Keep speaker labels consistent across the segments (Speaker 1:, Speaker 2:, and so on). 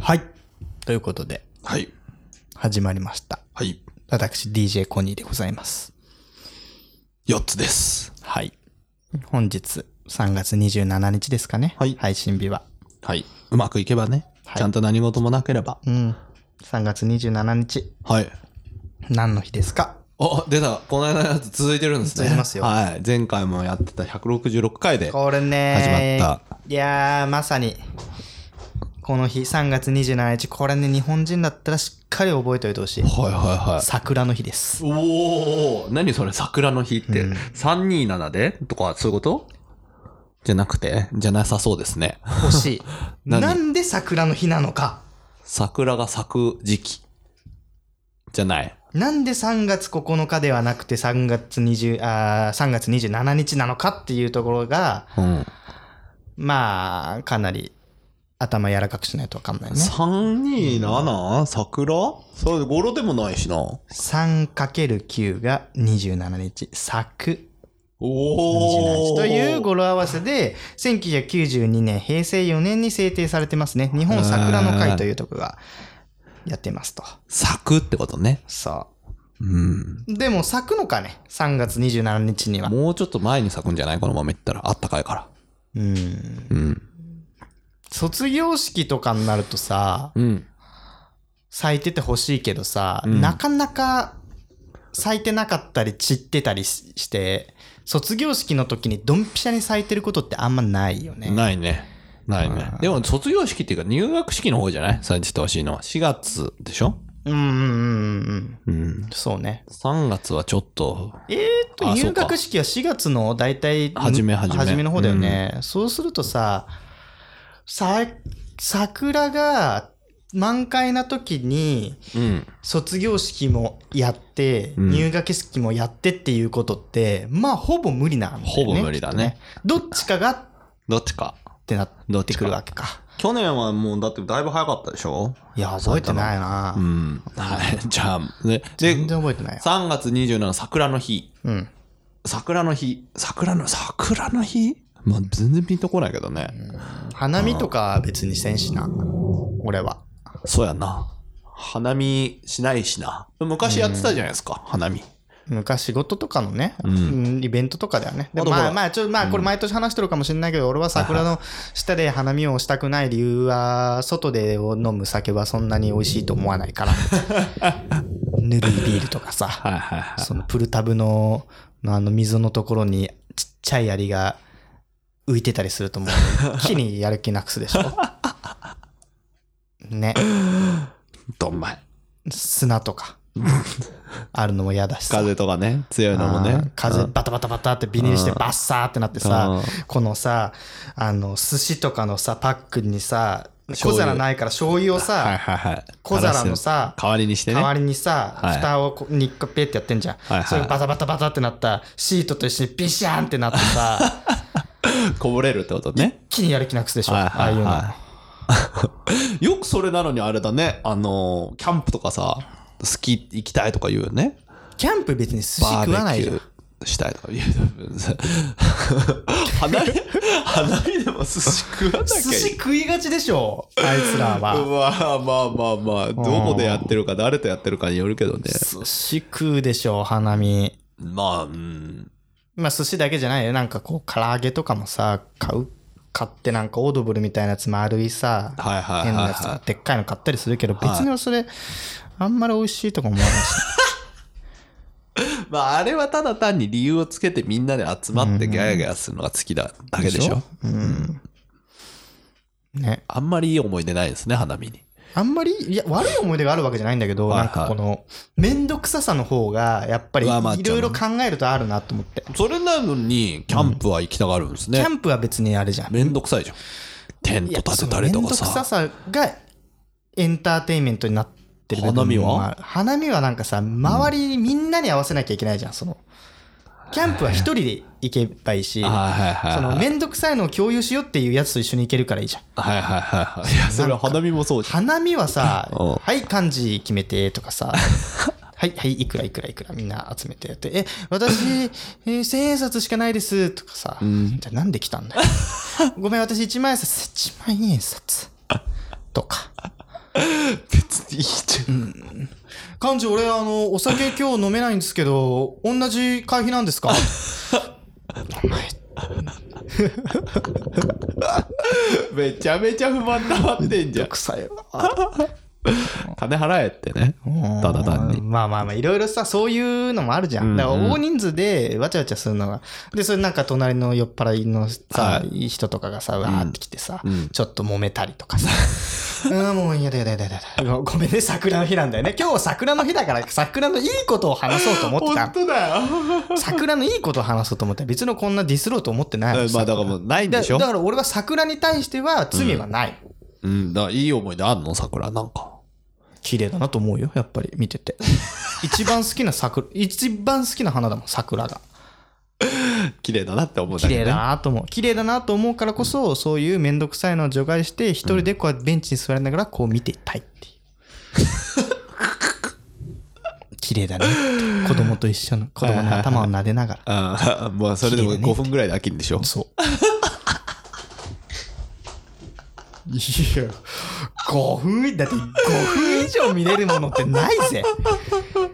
Speaker 1: はい。ということで、
Speaker 2: はい。
Speaker 1: 始まりました。
Speaker 2: はい。
Speaker 1: 私、DJ コニーでございます。
Speaker 2: 4つです。
Speaker 1: はい。本日、3月27日ですかね。
Speaker 2: はい
Speaker 1: 配信日は。
Speaker 2: はい。うまくいけばね。
Speaker 1: はい
Speaker 2: ちゃんと何事もなければ。
Speaker 1: うん。3月27日、
Speaker 2: はい。
Speaker 1: 何の日ですか
Speaker 2: お、出た。この間のやつ続いてるんですね。
Speaker 1: 続きますよ
Speaker 2: はい。前回もやってた166回で。
Speaker 1: これね。
Speaker 2: 始まった
Speaker 1: いやー、まさに、この日、3月27日、これね、日本人だったらしっかり覚えておいてほしい。
Speaker 2: はいは
Speaker 1: 桜の日です。
Speaker 2: いはい。おお何それ桜の日って、327でとかそういうことじゃなくてじゃなさそうですね。
Speaker 1: 欲し い。
Speaker 2: 何
Speaker 1: なんで桜の日なのか。
Speaker 2: 桜が咲く時期。じゃない。
Speaker 1: なんで3月9日ではなくて3月20あー3月27日なのかっていうところが
Speaker 2: うん。
Speaker 1: まあかなり頭柔らかくしないと分かんないね。
Speaker 2: 327? 桜それ語呂でもないしな。
Speaker 1: 3×9 が27日咲く
Speaker 2: お
Speaker 1: 27
Speaker 2: お
Speaker 1: 日という語呂合わせで1992年平成4年に制定されてますね日本桜の会というところがやってますと。
Speaker 2: 咲くってことね。
Speaker 1: そ
Speaker 2: うん。
Speaker 1: うでも咲くのかね3月27日には。
Speaker 2: もうちょっと前に咲くんじゃないこのままいったら。あったかいから。
Speaker 1: うん
Speaker 2: うん。
Speaker 1: 卒業式とかになるとさ
Speaker 2: うん。
Speaker 1: 咲いててほしいけどさ、
Speaker 2: うん
Speaker 1: なかなか咲いてなかったり散ってたりしして卒業式の時にドンピシャに咲いてることってあんまないよね。
Speaker 2: ないね。ないね。でも卒業式っていうか入学式の方じゃない咲いててほしいのは。4月でしょ
Speaker 1: うんうんうんうん。
Speaker 2: うん。
Speaker 1: そうね。
Speaker 2: 3月はちょっと、
Speaker 1: えー、っと
Speaker 2: あそう
Speaker 1: 入
Speaker 2: か
Speaker 1: 学式は4月の大体
Speaker 2: 初め初め
Speaker 1: の方だよね。そうするとささ桜が満開な時に
Speaker 2: うん。
Speaker 1: 卒業式もやって、
Speaker 2: うん
Speaker 1: 入学式もやってっていうことってまあほぼ無理なんだよ
Speaker 2: ほ
Speaker 1: ね
Speaker 2: ぼ無理だね
Speaker 1: きっとどっちかがっ
Speaker 2: どっちか。
Speaker 1: てなっ
Speaker 2: どってち
Speaker 1: くるわ
Speaker 2: か。
Speaker 1: けか
Speaker 2: 去年はもうだってだいぶ早かったでしょ
Speaker 1: いや覚えてないな、
Speaker 2: うん。はい。じゃあ、ね。で、
Speaker 1: 全然覚えてないよ
Speaker 2: 3月27桜の日。
Speaker 1: うん
Speaker 2: 桜の日。桜の、桜の日まあ、全然ピンとこないけどね。
Speaker 1: 花見とか別にせんしな俺は
Speaker 2: そうやな。花見しないしな。昔やってたじゃないですか、花見。
Speaker 1: 昔仕事とかのね、
Speaker 2: ん
Speaker 1: うんイベントとかだよね。で
Speaker 2: まあだか
Speaker 1: まあ
Speaker 2: ら
Speaker 1: まあ、ちょっとまあ、これ毎年話してるかもしれないけど、俺は桜の下で花見をしたくない理由は、外で飲む酒はそんなに美味しいと思わないから。 ぬるいビールとかさ。
Speaker 2: はいはいは
Speaker 1: そのプルタブのあの溝のところにちっちゃい槍が浮いてたりするともう 一気にやる気なくすでしょ。ね
Speaker 2: い。どんまい。
Speaker 1: 砂と かあるのも嫌だしさ
Speaker 2: 風とかね、強いのも
Speaker 1: あ
Speaker 2: ね
Speaker 1: ー。風バタバタバタってビニールしてバッサーってなってさこのさあの寿司とかのさパックにさ小
Speaker 2: 醤油
Speaker 1: 皿ないから醤油を
Speaker 2: うんはい
Speaker 1: さ
Speaker 2: はいはい。
Speaker 1: 小皿のさ
Speaker 2: 代わりにしてね。
Speaker 1: 代わりにさ、
Speaker 2: はい
Speaker 1: 蓋をこうにっこペってやってんじゃん、
Speaker 2: はいはい
Speaker 1: それバタバタバタってなったシートと一緒にビシャーンってなって さ
Speaker 2: こぼれるってことね。
Speaker 1: 一気にやる気なくすでしょ、
Speaker 2: はいはい
Speaker 1: ああいう
Speaker 2: は
Speaker 1: の
Speaker 2: い。 よくそれなのにあれだね。あのー、キャンプとかさ、好き行きたいとか言うよね。
Speaker 1: キャンプ別に寿司
Speaker 2: バ
Speaker 1: 食わな
Speaker 2: ー
Speaker 1: い
Speaker 2: ベ
Speaker 1: じ
Speaker 2: キ
Speaker 1: ゃ
Speaker 2: ュ
Speaker 1: ん
Speaker 2: ーしたいとか言う。 花見、花見でも寿司食わなきゃいい。
Speaker 1: 寿司食いがちでしょあいつら
Speaker 2: ま
Speaker 1: は
Speaker 2: あまあまあまあ、どこでやってるか、誰とやってるかによるけどね。
Speaker 1: 寿司食うでしょ花見
Speaker 2: まあ、うん。
Speaker 1: まあ寿司だけじゃないよなんかこう唐揚げとかもさ買う買ってなんかオードブルみたいなやつ丸いさ
Speaker 2: はいはい
Speaker 1: 変な
Speaker 2: はい
Speaker 1: やつ
Speaker 2: は
Speaker 1: でっかいの買ったりするけど別にそれあんまり美味しいとか思わないし
Speaker 2: い。まあ、あれはただ単に理由をつけてみんなで集まってガヤガヤするのが好きだだけでしょ。
Speaker 1: うん ね
Speaker 2: あんまりいい思い出ないですね、花見に。
Speaker 1: あんまりいや悪い思い出があるわけじゃないんだけど
Speaker 2: はいは
Speaker 1: なん
Speaker 2: い
Speaker 1: かこの面倒くささの方がやっぱり
Speaker 2: 上回っ
Speaker 1: い
Speaker 2: ちゃう
Speaker 1: ろ
Speaker 2: の
Speaker 1: いろ考えるとあるなと思って
Speaker 2: それなのに、キャンプは行きたがるんです
Speaker 1: キ
Speaker 2: ね
Speaker 1: ャ。ンプは別にあれじゃん
Speaker 2: めんどくさいじゃん。テン
Speaker 1: いや
Speaker 2: ト立て
Speaker 1: そ
Speaker 2: た
Speaker 1: の
Speaker 2: りと
Speaker 1: 面
Speaker 2: か
Speaker 1: 倒くさ
Speaker 2: さ。
Speaker 1: さがエンターテインメントになってる部
Speaker 2: 花
Speaker 1: 分も
Speaker 2: 見は
Speaker 1: ある花見はなんかさ周りにみんなに合わせなきゃいけないじゃんそのキャンプは一人で行けばいいし
Speaker 2: はいはい
Speaker 1: そ
Speaker 2: はい
Speaker 1: の
Speaker 2: はい。
Speaker 1: 面倒くさいのを共有しようっていうやつと一緒に行けるからいいじゃん
Speaker 2: はいはいはいはい。いや、それは花見もそうじゃん。
Speaker 1: 花見はさ「
Speaker 2: うん
Speaker 1: はい漢字決めて」とか さ「はいはいいくらいくらいくらみんな集めて」って「え私、えー千円札しかないです」とかさ「じゃあなん で来たんだよ」「ごめん私一万円札一万円札」とか幹事、俺、あの、お酒今日飲めないんですけど、同じ会費なんで すかお前
Speaker 2: めちゃめちゃ不満溜まってんじゃん。
Speaker 1: 臭いわ。
Speaker 2: 金払えってね。ただ単に。
Speaker 1: まあまあまあ、いろいろさ、そういうのもあるじゃん。だから
Speaker 2: うんうん
Speaker 1: 大人数でわちゃわちゃするのが。で、それなんか隣の酔っ払いのさ
Speaker 2: は、
Speaker 1: いい人とかがさ、わーってきてさ
Speaker 2: うん、
Speaker 1: ちょっと揉めたりとかさ。うん、もう嫌だ嫌だ嫌だ嫌だ。ごめんね、桜の日なんだよね。今日は桜の日だから、桜のいいことを話そうと思ってた。
Speaker 2: 当だよ。
Speaker 1: 桜のいいことを話そうと思って、別のこんなディスろうと思ってないの
Speaker 2: まあ
Speaker 1: さ
Speaker 2: だからもうないん
Speaker 1: だ
Speaker 2: でしょ
Speaker 1: だから俺は桜に対しては罪はない。
Speaker 2: うん、だからいい思い出あんの桜なんか。
Speaker 1: 綺麗だなと思うよやっぱり見て て一番好きな桜一番好きな花だもん桜が
Speaker 2: 綺麗だなって思うだ
Speaker 1: 綺
Speaker 2: け
Speaker 1: 麗
Speaker 2: ね
Speaker 1: だなと思う綺麗だなと思うからこそ、そういう面倒くさいのを除外して一人でこうやってベンチに座りながらこう見ていたい っていう綺麗だねって子供と一緒の子供の頭を撫でながら
Speaker 2: ああ、 まあそれでも
Speaker 1: 綺麗だね
Speaker 2: 5分ぐらいで飽きるんでしょ。
Speaker 1: そういや5分だって5分以上見れるものってないぜ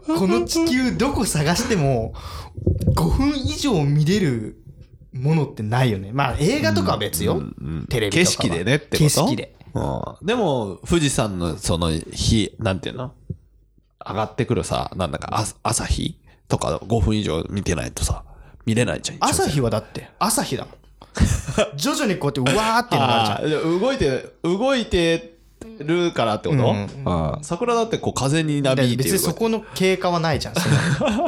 Speaker 1: この地球どこ探しても5分以上見れるものってないよねまあ映画とかは別よ、
Speaker 2: うん
Speaker 1: テレビ
Speaker 2: 景
Speaker 1: とかは
Speaker 2: 色でねってこと
Speaker 1: 景色で
Speaker 2: うんでも、富士山のその日、なんていうの上がってくるさ、なんだか朝朝日とか5分以上見てないとさ、見れないじゃん。
Speaker 1: 朝
Speaker 2: っ
Speaker 1: 日はだって朝日 だもん徐々にこうやってうわーって
Speaker 2: て
Speaker 1: いうのがあるじゃん
Speaker 2: 動いて、動いてるからってこと、
Speaker 1: うん
Speaker 2: ああ桜だってこう風にな
Speaker 1: だか
Speaker 2: び
Speaker 1: ら
Speaker 2: いて
Speaker 1: 別
Speaker 2: る
Speaker 1: にそこの経過はないじゃんそんなの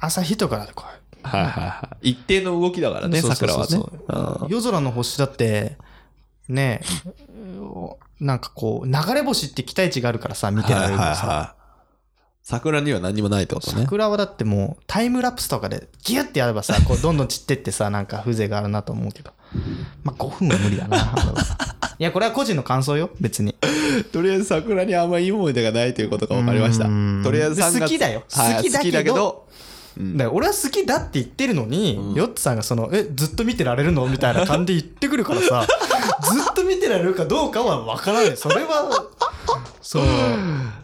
Speaker 1: 朝日とかだとこう
Speaker 2: はいはいはい。一定の動きだからね、
Speaker 1: そうそう
Speaker 2: 桜
Speaker 1: そう
Speaker 2: は
Speaker 1: そ
Speaker 2: ね
Speaker 1: う。夜空の星だってねえなんかこう流れ星って期待値があるからさ見てられるのさ
Speaker 2: い。桜には何もないってことね。
Speaker 1: 桜はだってもうタイムラプスとかでギュッてやればさこうどんどん散ってってさなんか風情があるなと思うけどまあ5分は無理だな いやこれは個人の感想よ別に
Speaker 2: とりあえず桜にあんまいい思い出がないということが分かりました。
Speaker 1: うん
Speaker 2: とりあえず3月
Speaker 1: 好きだよ
Speaker 2: はい
Speaker 1: 好きだけど
Speaker 2: うん
Speaker 1: だから俺は好きだって言ってるのに、ヨッツさんがそのえずっと見てられるのみたいな感じで言ってくるから さずっと見てられるかどうかは分からないそれはそ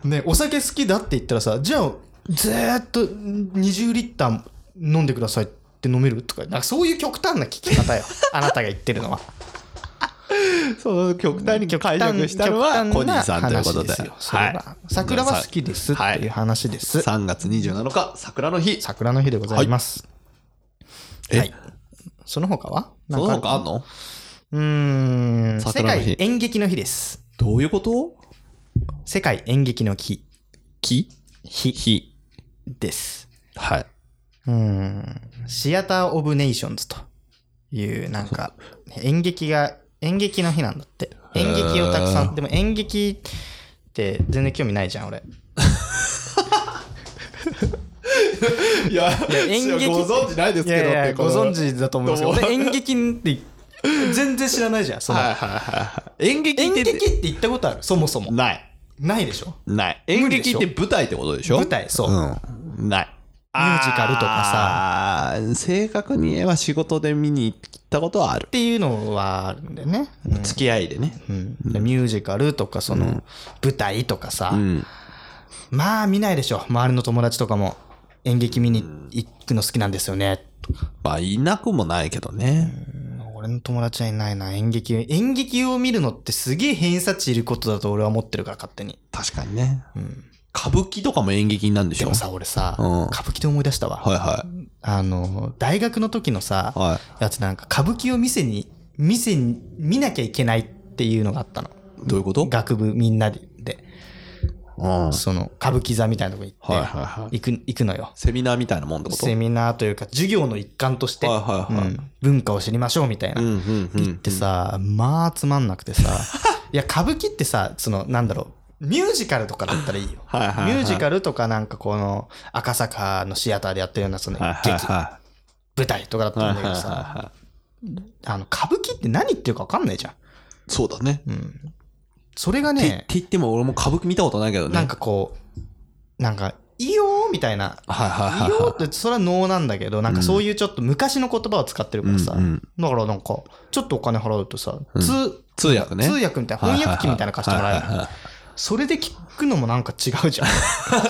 Speaker 1: うねお酒好きだって言ったらさじゃあずーっと20リッター飲んでくださいって飲めるとかなんかそういう極端な聞き方よ あなたが言ってるのは
Speaker 2: その極端に解釈したのは個人さんということで。
Speaker 1: 極端な話すよそれは桜は好きですっていう話です、
Speaker 2: 3月27日、桜の日。
Speaker 1: 桜の日でございます
Speaker 2: え
Speaker 1: はい、その他は
Speaker 2: その
Speaker 1: なん
Speaker 2: 他あんの
Speaker 1: うーん世
Speaker 2: 桜の日
Speaker 1: 界演劇の日です。
Speaker 2: どういうこと
Speaker 1: 世界演劇の日
Speaker 2: 木
Speaker 1: 日
Speaker 2: 日。
Speaker 1: です。
Speaker 2: はい。
Speaker 1: うーん。シアター・オブ・ネーションズという、なんか、演劇が、演劇の日なんだって。演劇をたくさ
Speaker 2: へー
Speaker 1: ん、でも演劇って全然興味ないじゃん、俺。
Speaker 2: いや、
Speaker 1: 演劇
Speaker 2: ご存知ないです
Speaker 1: い
Speaker 2: けど
Speaker 1: や
Speaker 2: って
Speaker 1: いや、
Speaker 2: こ
Speaker 1: ご
Speaker 2: の
Speaker 1: 存知だと思うんですけど、
Speaker 2: どうも
Speaker 1: 俺演劇って全然知らないじゃん、その。
Speaker 2: はいはいはいはい。演劇
Speaker 1: 演
Speaker 2: って
Speaker 1: 劇って言ったことあるそもそも。
Speaker 2: ない。
Speaker 1: ないでしょ
Speaker 2: ない。演
Speaker 1: 理で
Speaker 2: 劇
Speaker 1: し
Speaker 2: っ
Speaker 1: ょ
Speaker 2: て舞台ってことでしょ
Speaker 1: 舞台、そう。
Speaker 2: うん。ない。
Speaker 1: ミュージカルとか
Speaker 2: さ。正確に言えば仕事で見に行ったことはある
Speaker 1: っ。ていうのはあるんだよね。うん
Speaker 2: 付き合いでね。
Speaker 1: うんでミュージカルとかその舞台とかさ、
Speaker 2: うん。
Speaker 1: まあ見ないでしょ周りの友達とかも演劇見に行くの好きなんですよねとか
Speaker 2: まあ、いなくもないけどね。
Speaker 1: 俺の友達はいないな演劇演劇を見るのってすげえ偏差値いることだと俺は思ってるから勝手に
Speaker 2: 確かにね。歌舞伎とかも演劇になるんでし
Speaker 1: で
Speaker 2: ょ
Speaker 1: もさ俺さ、
Speaker 2: うん
Speaker 1: 歌舞伎で思い出したわ、
Speaker 2: はいはい。
Speaker 1: あの大学の時のさ、
Speaker 2: は
Speaker 1: やつなんか歌舞伎を見せに見せに見なきゃいけないっていうのがあったの
Speaker 2: い。どういうこと
Speaker 1: 学部みんなで
Speaker 2: うん。はい
Speaker 1: その歌舞伎座みたいなとこ行って、
Speaker 2: はいはい。
Speaker 1: 行く行くのよ
Speaker 2: セミナーみたいなもんってこと
Speaker 1: セミナーというか授業の一環として、
Speaker 2: はいはいはい
Speaker 1: うん文化を知りましょうみたいな、
Speaker 2: うん
Speaker 1: っ
Speaker 2: うんうん。
Speaker 1: てさまあつまんなくてさ いや歌舞伎ってさそのなんだろうミュージカルとかだったらいいよ
Speaker 2: はいはいはい
Speaker 1: ミュージカルとかなんかこの赤坂のシアターでやってるようなその
Speaker 2: はいはい
Speaker 1: 劇
Speaker 2: は
Speaker 1: 舞台とかだったんだ
Speaker 2: い
Speaker 1: けどさ
Speaker 2: は
Speaker 1: あの歌舞伎って何言っていうか分かんないじゃ
Speaker 2: い。そうだね。
Speaker 1: ん、うん、それが
Speaker 2: ってっ
Speaker 1: ね
Speaker 2: て言っても俺も歌舞伎見たことないけどね。
Speaker 1: なんかこうなんか「いいよ」みたいな
Speaker 2: はいはい
Speaker 1: 「いい
Speaker 2: はい
Speaker 1: よ」
Speaker 2: は
Speaker 1: ってそれは能なんだけどなんかそういうちょっと昔の言葉を使ってる
Speaker 2: い。
Speaker 1: からさ、
Speaker 2: うんうん
Speaker 1: だからなんか、ちょっとお金払うとさ、
Speaker 2: うん
Speaker 1: 通
Speaker 2: 通訳ね。
Speaker 1: 通訳みたいな、翻訳機みたいなの貸してもらえ
Speaker 2: は
Speaker 1: る
Speaker 2: いはいはいはい
Speaker 1: それで聞くのもなんか違うじゃん。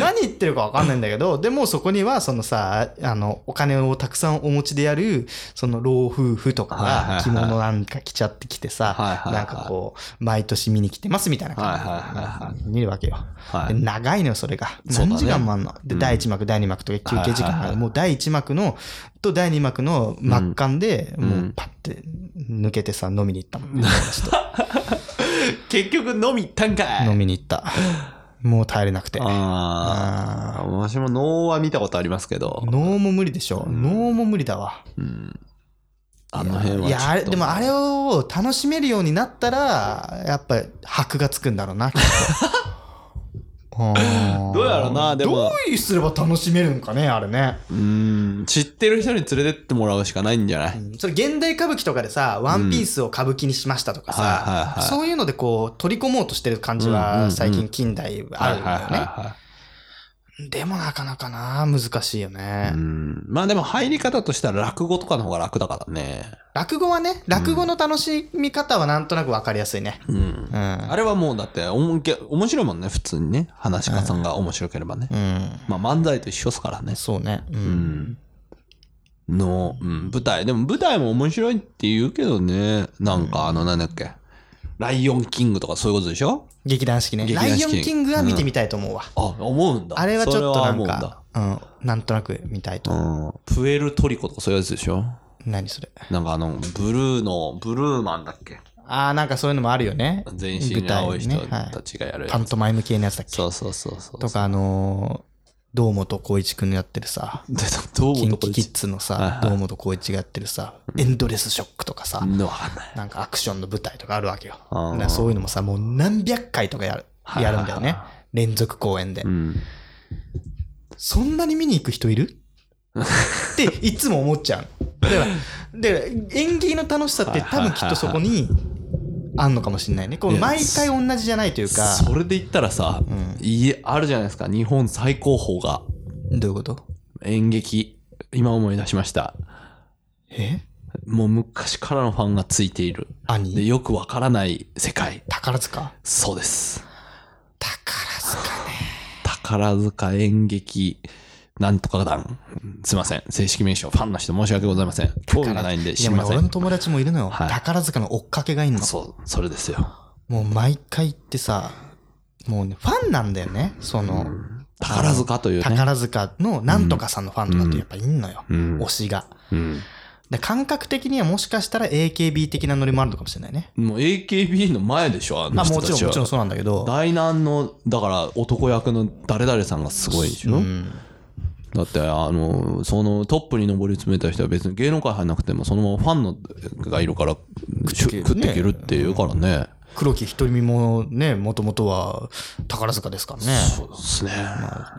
Speaker 1: 何言ってるかわかんないんだけど、でもそこにはそのさ、あの、お金をたくさんお持ちでやる、その老夫婦とか
Speaker 2: はいはいは
Speaker 1: が
Speaker 2: い
Speaker 1: 着物なんか着ちゃってきて
Speaker 2: は
Speaker 1: さ、
Speaker 2: いはいはい
Speaker 1: なんかこう、毎年見に来てますみたいな
Speaker 2: はいはいはいは
Speaker 1: 感じで見るわけよ。
Speaker 2: は
Speaker 1: で
Speaker 2: い。
Speaker 1: 長いのよ、それが。
Speaker 2: そうだね
Speaker 1: 何時間もあんの。で、
Speaker 2: うん
Speaker 1: 第1幕、第2幕とか休憩時
Speaker 2: はいは
Speaker 1: 間
Speaker 2: いは
Speaker 1: が、
Speaker 2: い
Speaker 1: もう第1幕の、と第2幕の幕間で、
Speaker 2: うん
Speaker 1: も
Speaker 2: うん
Speaker 1: うパッて抜けてさ、飲みに行ったも ん。
Speaker 2: 結局飲み行ったんかい
Speaker 1: 飲みに行った。もう耐えれなくて。
Speaker 2: ああ。私も能は見たことありますけど。
Speaker 1: 脳も無理でしょ。脳も無理だわ。
Speaker 2: うん。あの辺はちょっと。
Speaker 1: いや、あれ、でもあれを楽しめるようになったら、やっぱ、箔がつくんだろうな、きっ とうん
Speaker 2: どうやろうなでも
Speaker 1: どうすれば楽しめるんかね、あれね。
Speaker 2: うん。知ってる人に連れてってもらうしかないんじゃない、
Speaker 1: それ現代歌舞伎とかでさ「ワンピースを歌舞伎にしましたとか
Speaker 2: うんはいはい
Speaker 1: さ、
Speaker 2: はい
Speaker 1: そういうのでこう取り込もうとしてる感じ
Speaker 2: うんうんう
Speaker 1: は
Speaker 2: ん
Speaker 1: 最近近代あるんだよね、
Speaker 2: は
Speaker 1: でもなかなかな難しいよね、
Speaker 2: うん。まあでも入り方としたら落語とかの方が楽だからね。
Speaker 1: 落語はね落語の楽しみ方はなんとなく分かりやすいね
Speaker 2: うん。
Speaker 1: うん、
Speaker 2: あれはもうだっておもけ面白いもんね、普通にね。話し家さんが面白ければね。
Speaker 1: うん、
Speaker 2: まあ漫才と一緒っすからね。
Speaker 1: そうねうん、
Speaker 2: うん。の、うん、舞台。でも舞台も面白いって言うけどね。なんかあの、なんだっけ。ライオンキングとかそういうことでしょ
Speaker 1: 劇団四季ね
Speaker 2: 劇団
Speaker 1: ラ
Speaker 2: 四
Speaker 1: イ
Speaker 2: 季
Speaker 1: オンキングは見てみたいと思うわ、
Speaker 2: あ、思うんだ。
Speaker 1: あれはちょっとなん
Speaker 2: それは
Speaker 1: かうん、なんとなく見たいと
Speaker 2: 思う
Speaker 1: 思う、
Speaker 2: んだ。うん。プエルトリコとかそういうやつでしょ
Speaker 1: 何それ
Speaker 2: なんかあの、ブルーの、ブルーマンだっけ
Speaker 1: ああなんかそういうのもあるよね
Speaker 2: 全身に青い人
Speaker 1: 舞台ねはい
Speaker 2: たちがやるやつ
Speaker 1: パントマイム系のやつだっけ
Speaker 2: そうそうそうそう。
Speaker 1: とか、あのー、堂本光一くんのやってるさ、
Speaker 2: で、どう
Speaker 1: キ
Speaker 2: も
Speaker 1: ン
Speaker 2: と
Speaker 1: キ
Speaker 2: こ
Speaker 1: キッズの
Speaker 2: はい
Speaker 1: さ
Speaker 2: は、い
Speaker 1: 堂本光一がやってるさ、エンドレスショックとかさ、
Speaker 2: のはない。
Speaker 1: なんかアクションの舞台とかあるわけよ。だ
Speaker 2: あー
Speaker 1: からそういうのもさ、もう何百回とかやる
Speaker 2: はい
Speaker 1: やるんだよね。連続公演で
Speaker 2: う。ん。
Speaker 1: そんなに見に行く人いるっていつも思っちゃうの。だから、だから演芸の楽しさって多分きっとそこにあんのかもしれないね。こう
Speaker 2: いや
Speaker 1: 毎回同じじゃないというか、
Speaker 2: それで言ったらさ、
Speaker 1: ん
Speaker 2: いえあるじゃないですか。日本最高峰が
Speaker 1: どういうこと
Speaker 2: 演劇。今思い出しました。
Speaker 1: え
Speaker 2: もう昔からのファンがついている。で、
Speaker 1: 兄
Speaker 2: よくわからない世界。
Speaker 1: 宝塚
Speaker 2: そうです。
Speaker 1: 宝塚ね。
Speaker 2: 宝塚演劇なんとか団。すいません。正式名称、ファンの人申し訳ございません。興味がないんで
Speaker 1: い
Speaker 2: 知
Speaker 1: や
Speaker 2: り
Speaker 1: もう
Speaker 2: ませ
Speaker 1: ね俺の
Speaker 2: ん。
Speaker 1: 友達もいるのよ、
Speaker 2: はい
Speaker 1: 宝塚の追っかけがいるの
Speaker 2: そう、それですよ。
Speaker 1: もう毎回行ってさもうねファンなんだよねその、
Speaker 2: 宝塚というね。
Speaker 1: 宝塚のなんとかさんのファンとかってやっぱいんのよ、
Speaker 2: うん
Speaker 1: 推しが
Speaker 2: うん。
Speaker 1: で感覚的にはもしかしたら AKB 的なノリもあるのかもしれないね
Speaker 2: もう AKB の前でしょ、あ
Speaker 1: ま
Speaker 2: の
Speaker 1: あ
Speaker 2: 人
Speaker 1: も
Speaker 2: た
Speaker 1: ちろん
Speaker 2: ちは。
Speaker 1: もちろんそうなんだけど
Speaker 2: 大難のだから男役の誰々さんがすごいでしょ、
Speaker 1: うん
Speaker 2: だってあのそのトップに上り詰めた人は別に芸能界入んなくてもそのままファンのがいるからしゅ
Speaker 1: 食っていけ
Speaker 2: 食
Speaker 1: るね
Speaker 2: っていけるっていうからね、
Speaker 1: 黒木瞳もねもともとは宝塚ですからね
Speaker 2: そうですね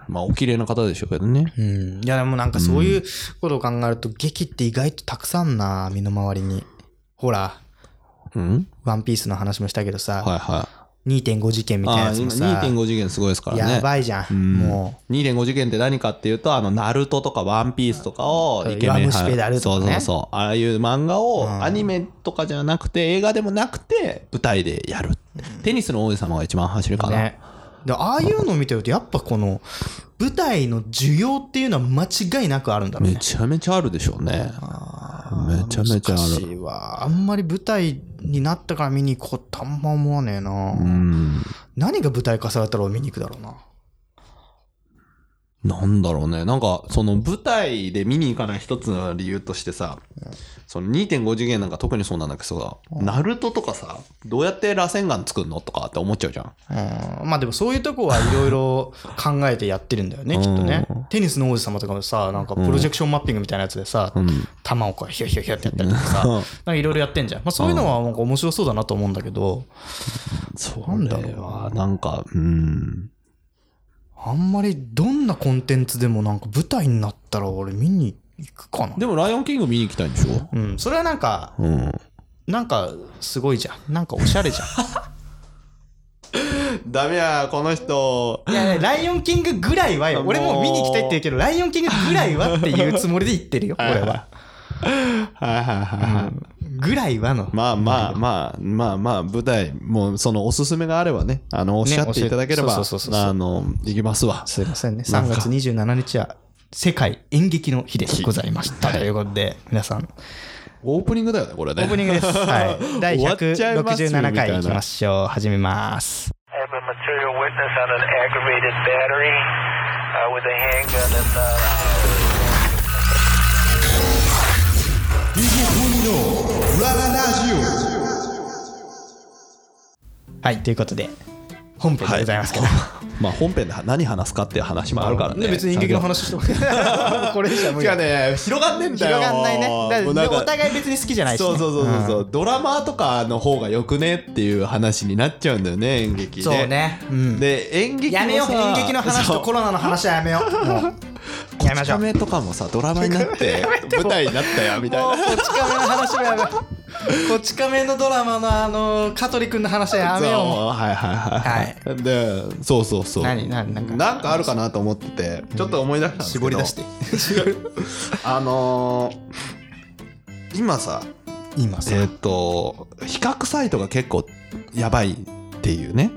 Speaker 2: まあお綺麗な方でしょうけどね
Speaker 1: うん、いやでもなんかそういうことを考えると、劇って意外とたくさんな身の回りにほら
Speaker 2: うん
Speaker 1: ワンピースの話もしたけどさ、
Speaker 2: はいはい
Speaker 1: 2.5事件みたいな
Speaker 2: あ
Speaker 1: やつも
Speaker 2: 今
Speaker 1: さ、
Speaker 2: 2.5次元すごいですからね
Speaker 1: やばいじゃん、
Speaker 2: うん
Speaker 1: も
Speaker 2: 2.5次元って何かっていうとあのナルトとかワンピースとかを
Speaker 1: うん
Speaker 2: イケメン
Speaker 1: 弱虫ペダルとかね
Speaker 2: そうそうそうああいう漫画を
Speaker 1: ん
Speaker 2: アニメとかじゃなくて映画でもなくて舞台でやる、テニスの王子様が一番走るか
Speaker 1: う
Speaker 2: な、
Speaker 1: ね。でああいうのを見てるとやっぱこの舞台の需要っていうのは間違いなくあるんだろう
Speaker 2: め
Speaker 1: ね。
Speaker 2: ちゃめちゃあるでしょうねめちゃめちゃあ
Speaker 1: 難
Speaker 2: る
Speaker 1: しいわあんまり舞台になったから見に行こうってあんま思わねえな、
Speaker 2: うん
Speaker 1: 何が舞台化されたら見に行くだろうな
Speaker 2: なんだろうねなんかその舞台で見に行かない一つの理由としてさ、その2.5次元なんか特にそうなんだけどさ、ナルトとかさどうやって螺旋岩作るのとかって思っちゃうじゃん
Speaker 1: うんまあでもそういうとこはいろいろ考えてやってるんだよね、きっとね
Speaker 2: うん。
Speaker 1: テニスの王子様とかもさ、なんかプロジェクションマッピングみたいなやつでさ、球をこうヒュヒュヒュってやったりとかさ、
Speaker 2: うん
Speaker 1: なんかいろいろやってんじゃん。まあそういうのはなんか面白そうだなと思うんだけど、
Speaker 2: そう
Speaker 1: なんだろう
Speaker 2: うなんかうん
Speaker 1: あんまりどんなコンテンツでもなんか舞台になったら俺見に行くかな。
Speaker 2: でも、ライオンキング見に行きたいんでしょ
Speaker 1: うん、それはなんか、
Speaker 2: うん。
Speaker 1: なんかすごいじゃん。なんかおしゃれじゃん。
Speaker 2: ダメや、この人。
Speaker 1: いやいや、ライオンキングぐらいはよ。俺もう見に行きたいって言うけど、ライオ ンキングぐらいはっていうつもりで言ってるよ、俺は。
Speaker 2: はいはいはいはい。
Speaker 1: ぐらいはの。
Speaker 2: まあまあまあまあまあ舞台もうそのおすすめがあればねあのおっしゃっていただければ、
Speaker 1: そうそうそうそう
Speaker 2: あの行きますわ
Speaker 1: すいませんね。
Speaker 2: な
Speaker 1: 3
Speaker 2: んか
Speaker 1: 月27日は世界演劇の日でございました。ということで、皆さん、
Speaker 2: オープニングだよねこれ
Speaker 1: オ
Speaker 2: ね
Speaker 1: ープニングです。 はい。第
Speaker 2: 終わっちゃいますよみたいな
Speaker 1: 167回いきましょう。始めます。
Speaker 3: I have a material witness on an aggravated battery uh, with a handgun and. Uh
Speaker 1: はい。ということで、本編でございますけど。
Speaker 2: まあ本編で何話すかっていう話もあるからね
Speaker 1: ね別に演劇の話してもこれじゃ無理
Speaker 2: 違うね広がんねえんだよ
Speaker 1: 広がんないねだ
Speaker 2: もうなん
Speaker 1: って
Speaker 2: か
Speaker 1: お互い別に好きじゃないし、ね、
Speaker 2: そうそうそうそうそう、ドラマーとかの方がよくねっていう話になっちゃうんだよね演劇で
Speaker 1: そうねうん
Speaker 2: で演劇もさ
Speaker 1: やめよう演劇の話
Speaker 2: そ
Speaker 1: と
Speaker 2: う
Speaker 1: コロナの話はやめようもうやめましょう
Speaker 2: こち亀とかもさドラマになって 舞台になったよみたい
Speaker 1: もう
Speaker 2: な
Speaker 1: こち亀の話はやめようこち亀のドラマのあの香取君の話はやめようもう
Speaker 2: そうはいはいはい、はい、でそうそうそう
Speaker 1: 何何なんか
Speaker 2: なんかあるかなと思っててちょっと思い出したんですけど
Speaker 1: 絞り出して
Speaker 2: あのー今さ
Speaker 1: 今さ、
Speaker 2: えっ、と比較サイトが結構やばいっていうね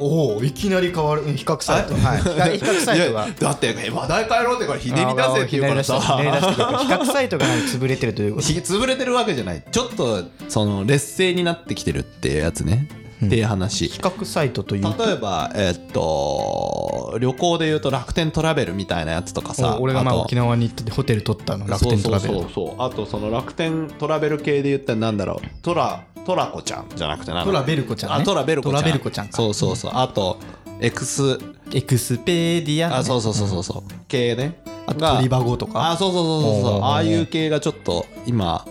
Speaker 1: おおいきなり変わるうん比較サイトはい比較サイトが
Speaker 2: いやだってえ話題変えろってこれひねり出せっていうからさ
Speaker 1: ひねり出してひねり出して比較サイトが潰れてるということ
Speaker 2: ひ潰れてるわけじゃないちょっとその劣勢になってきてるっていうやつね、っていう話
Speaker 1: 比較サイトという
Speaker 2: 例えばえっと旅行でいうと楽天トラベルみたいなやつとかさ
Speaker 1: お俺がまあ
Speaker 2: と
Speaker 1: 沖縄に行っててホテル取ったの楽天トラベル
Speaker 2: そうそうそうそうあとその楽天トラベル系で言ったらなんだろうトラトラコちゃんじゃなくてなんだ
Speaker 1: トラベルコちゃん、ね、
Speaker 2: あトラベルコちゃん
Speaker 1: トラベルコちゃんか
Speaker 2: そうそうそうあとエクス
Speaker 1: エクスペディア、
Speaker 2: あそうそうそうそうそう系ね
Speaker 1: あと
Speaker 2: が
Speaker 1: 鳥バゴとか
Speaker 2: あそうそうそうそうそう
Speaker 1: おー
Speaker 2: ああいう系がちょっと今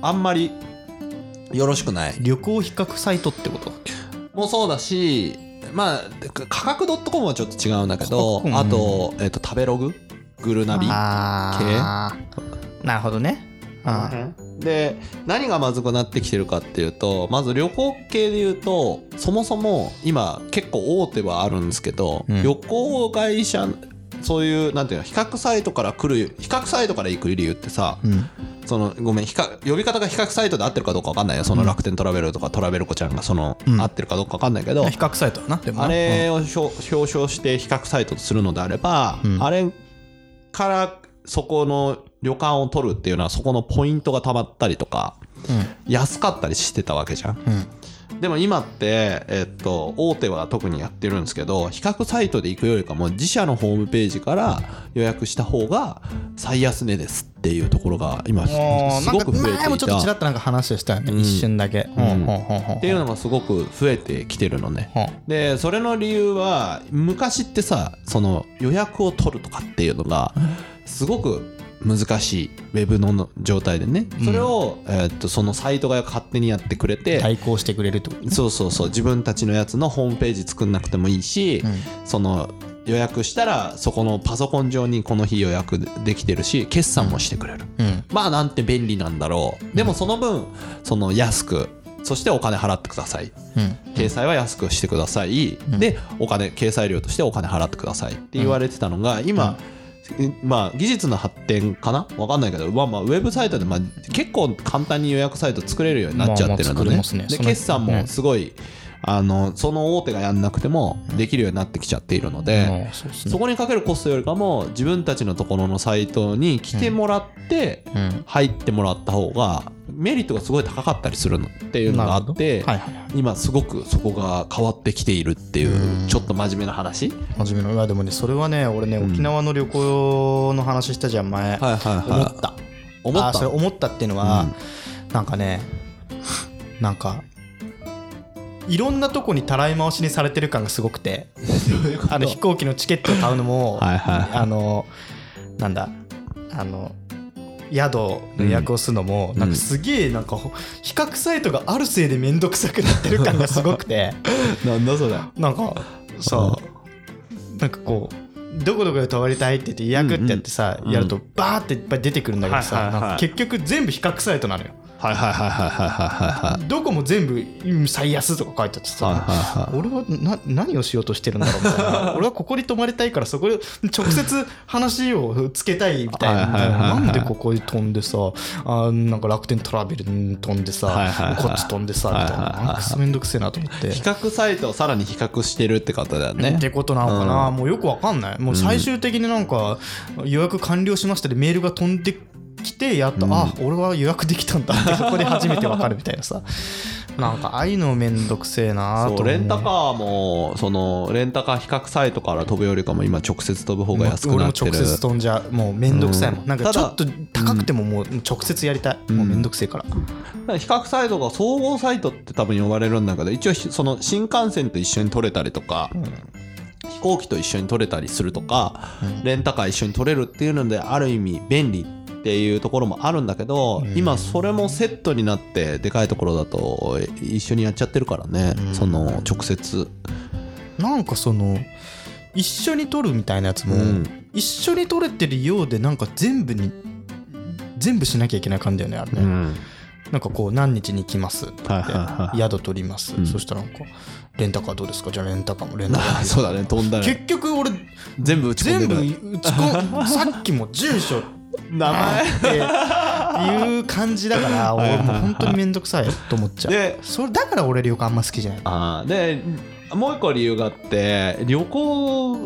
Speaker 2: あんまりよろしくない
Speaker 1: 旅行比較サイトってこと
Speaker 2: もそうだしまあか価格 .com はちょっと違うんだけど
Speaker 1: 価格うん
Speaker 2: あと,、えっと食べロググルナビ
Speaker 1: あーなるほどねあー
Speaker 2: で何がまずくなってきてるかっていうとまず旅行系で言うとそもそも今結構大手はあるんですけど、
Speaker 1: うん
Speaker 2: 旅行会社そういうなんていうの比較サイトから来る比較サイトから行く理由ってさ、
Speaker 1: うん
Speaker 2: そのごめん比較呼び方が比較サイトで合ってるかどうか分かんないよその楽天トラベルとかトラベル子ちゃんがその、
Speaker 1: うん
Speaker 2: 合ってるかどうか分かんないけど、
Speaker 1: 比較サイトだなでもな
Speaker 2: あれを表表彰して比較サイトとするのであれば、
Speaker 1: うん
Speaker 2: あれからそこの旅館を取るっていうのはそこのポイントがたまったりとか
Speaker 1: う
Speaker 2: 安かったりしてたわけじゃん
Speaker 1: んうん
Speaker 2: でも今って、えっと、大手は特にやってるんですけど比較サイトで行くよりかも自社のホームページから予約した方が最安値ですっていうところが今す
Speaker 1: おーなん
Speaker 2: ご
Speaker 1: か
Speaker 2: く増えて
Speaker 1: 前も
Speaker 2: い
Speaker 1: ちょっとち
Speaker 2: た
Speaker 1: ら
Speaker 2: っ
Speaker 1: っとなんか話をしたよね、
Speaker 2: うん
Speaker 1: 一瞬だけ、うん
Speaker 2: うん
Speaker 1: ほんほんほん
Speaker 2: ていうのがすごく増えてきてるのね
Speaker 1: ほん
Speaker 2: でそれの理由は昔ってさその予約を取るとかっていうのがすごく難しいウェブのの状態でね
Speaker 1: うん
Speaker 2: それを、えーっとそのサイトが勝手にやってくれて
Speaker 1: 対抗してくれるってこと
Speaker 2: そうそうそう自分たちのやつのホームページ作んなくてもいいし、その予約したらそこのパソコン上にこの日予約できてるし決算もしてくれる
Speaker 1: うんうん
Speaker 2: まあなんて便利なんだろうでもその分その安くそしてお金払ってください
Speaker 1: うん
Speaker 2: 掲載は安くしてください、
Speaker 1: ん
Speaker 2: でお金掲載料としてお金払ってくださいって言われてたのが今、まあ、技術の発展かなわかんないけど、まあ、まあウェブサイトで、まあ、結構簡単に予約サイト作れるようになっちゃってるの
Speaker 1: まあ
Speaker 2: ね
Speaker 1: まあ作れますね
Speaker 2: で
Speaker 1: その
Speaker 2: 決算もすごい、あのその大手がやんなくてもできるようになってきちゃっているので。
Speaker 1: まあそうですね
Speaker 2: そこにかけるコストよりかも自分たちのところのサイトに来てもらって
Speaker 1: うん
Speaker 2: 入ってもらった方がメリットがすごい高かったりするのっていうのがあって、
Speaker 1: なるほどはいはいはい
Speaker 2: 今すごくそこが変わってきているっていう
Speaker 1: うん
Speaker 2: ちょっと真面目な話
Speaker 1: 真面目ないやでもねそれはね俺ね、
Speaker 2: うん
Speaker 1: 沖縄の旅行の話したじゃん前、
Speaker 2: はいはい
Speaker 1: 思った
Speaker 2: 思っ
Speaker 1: あーそれ
Speaker 2: た
Speaker 1: 思ったっていうのは、なんかねなんかいろんなとこにたらい回しにされてる感がすごくてあの飛行機のチケットを買うのも、
Speaker 2: はいはいはい
Speaker 1: あのなんだあの宿の予約をするのも、
Speaker 2: うん
Speaker 1: なんかすげえなんかほ比較サイトがあるせいで面倒くさくなってる感がすごくて。
Speaker 2: なんだそれ
Speaker 1: なんかさなんかこうどこどこで泊まりたいって言って予約ってやってさ、
Speaker 2: うんうん
Speaker 1: やるとバーっていっぱい出てくるんだけどさ、
Speaker 2: はいはいはい
Speaker 1: なんか結局全部比較サイトなのよ
Speaker 2: はいはいはいはいはいはいはい
Speaker 1: どこも全部うん最安とか書いてあってさ、
Speaker 2: はいはいはい
Speaker 1: 俺はな何をしようとしてるんだろうみたい な俺はここに泊まりたいからそこで直接話をつけたいみたいな
Speaker 2: はいはいはいはい
Speaker 1: なんでここに飛んでさあなんか楽天トラベルに飛んでさ、
Speaker 2: はいはいはい
Speaker 1: こっち飛んでさみたい
Speaker 2: はい
Speaker 1: な
Speaker 2: はいはい
Speaker 1: なんかめんどくせえなと思って。
Speaker 2: 比較サイトをさらに比較してるって方だよね
Speaker 1: ってことなのかな、もうよくわかんないもう最終的になんか予約完了しましたでメールが飛んできてやっと、あ俺は予約できたんだってそこで初めてわかるみたいなさ なんかああいうのめんどくせえなと
Speaker 2: そ
Speaker 1: 思
Speaker 2: う
Speaker 1: う
Speaker 2: レンタカーもそのレンタカー比較サイトから飛ぶよりかも今直接飛ぶ方が安くなってる
Speaker 1: 俺も直接飛んじゃうもうめんどくさいもん、
Speaker 2: うん
Speaker 1: なんかちょったと高くてももう直接やりたい、もうめんどくせえから、
Speaker 2: 比較サイトが総合サイトって多分呼ばれるんだけど一応その新幹線と一緒に取れたりとか、飛行機と一緒に取れたりするとか、レンタカー一緒に取れるっていうのである意味便利っていうところもあるんだけど、今それもセットになってでかいところだと一緒にやっちゃってるからね、その直接
Speaker 1: なんかその一緒に撮るみたいなやつも、
Speaker 2: うん
Speaker 1: 一緒に撮れてるようでなんか全部に全部しなきゃいけない感じだよねあれ
Speaker 2: う
Speaker 1: ね、
Speaker 2: ん
Speaker 1: なんかこう何日に来ますって
Speaker 2: はいはいはい
Speaker 1: 宿取ります、
Speaker 2: ん
Speaker 1: そしたらなんかレンタカーどうですかじゃあレンタカーもレンタ カー
Speaker 2: あ そうだね飛んだね
Speaker 1: 結局俺
Speaker 2: 全部打ち込ん
Speaker 1: 全
Speaker 2: で
Speaker 1: 部
Speaker 2: る
Speaker 1: 打ち込んさっきも住所
Speaker 2: 名前
Speaker 1: っていう感じ だから俺もう本当に面倒くさいと思っちゃう
Speaker 2: で
Speaker 1: それだから俺旅館あんま好きじゃない
Speaker 2: あーでもう一個理由があって旅行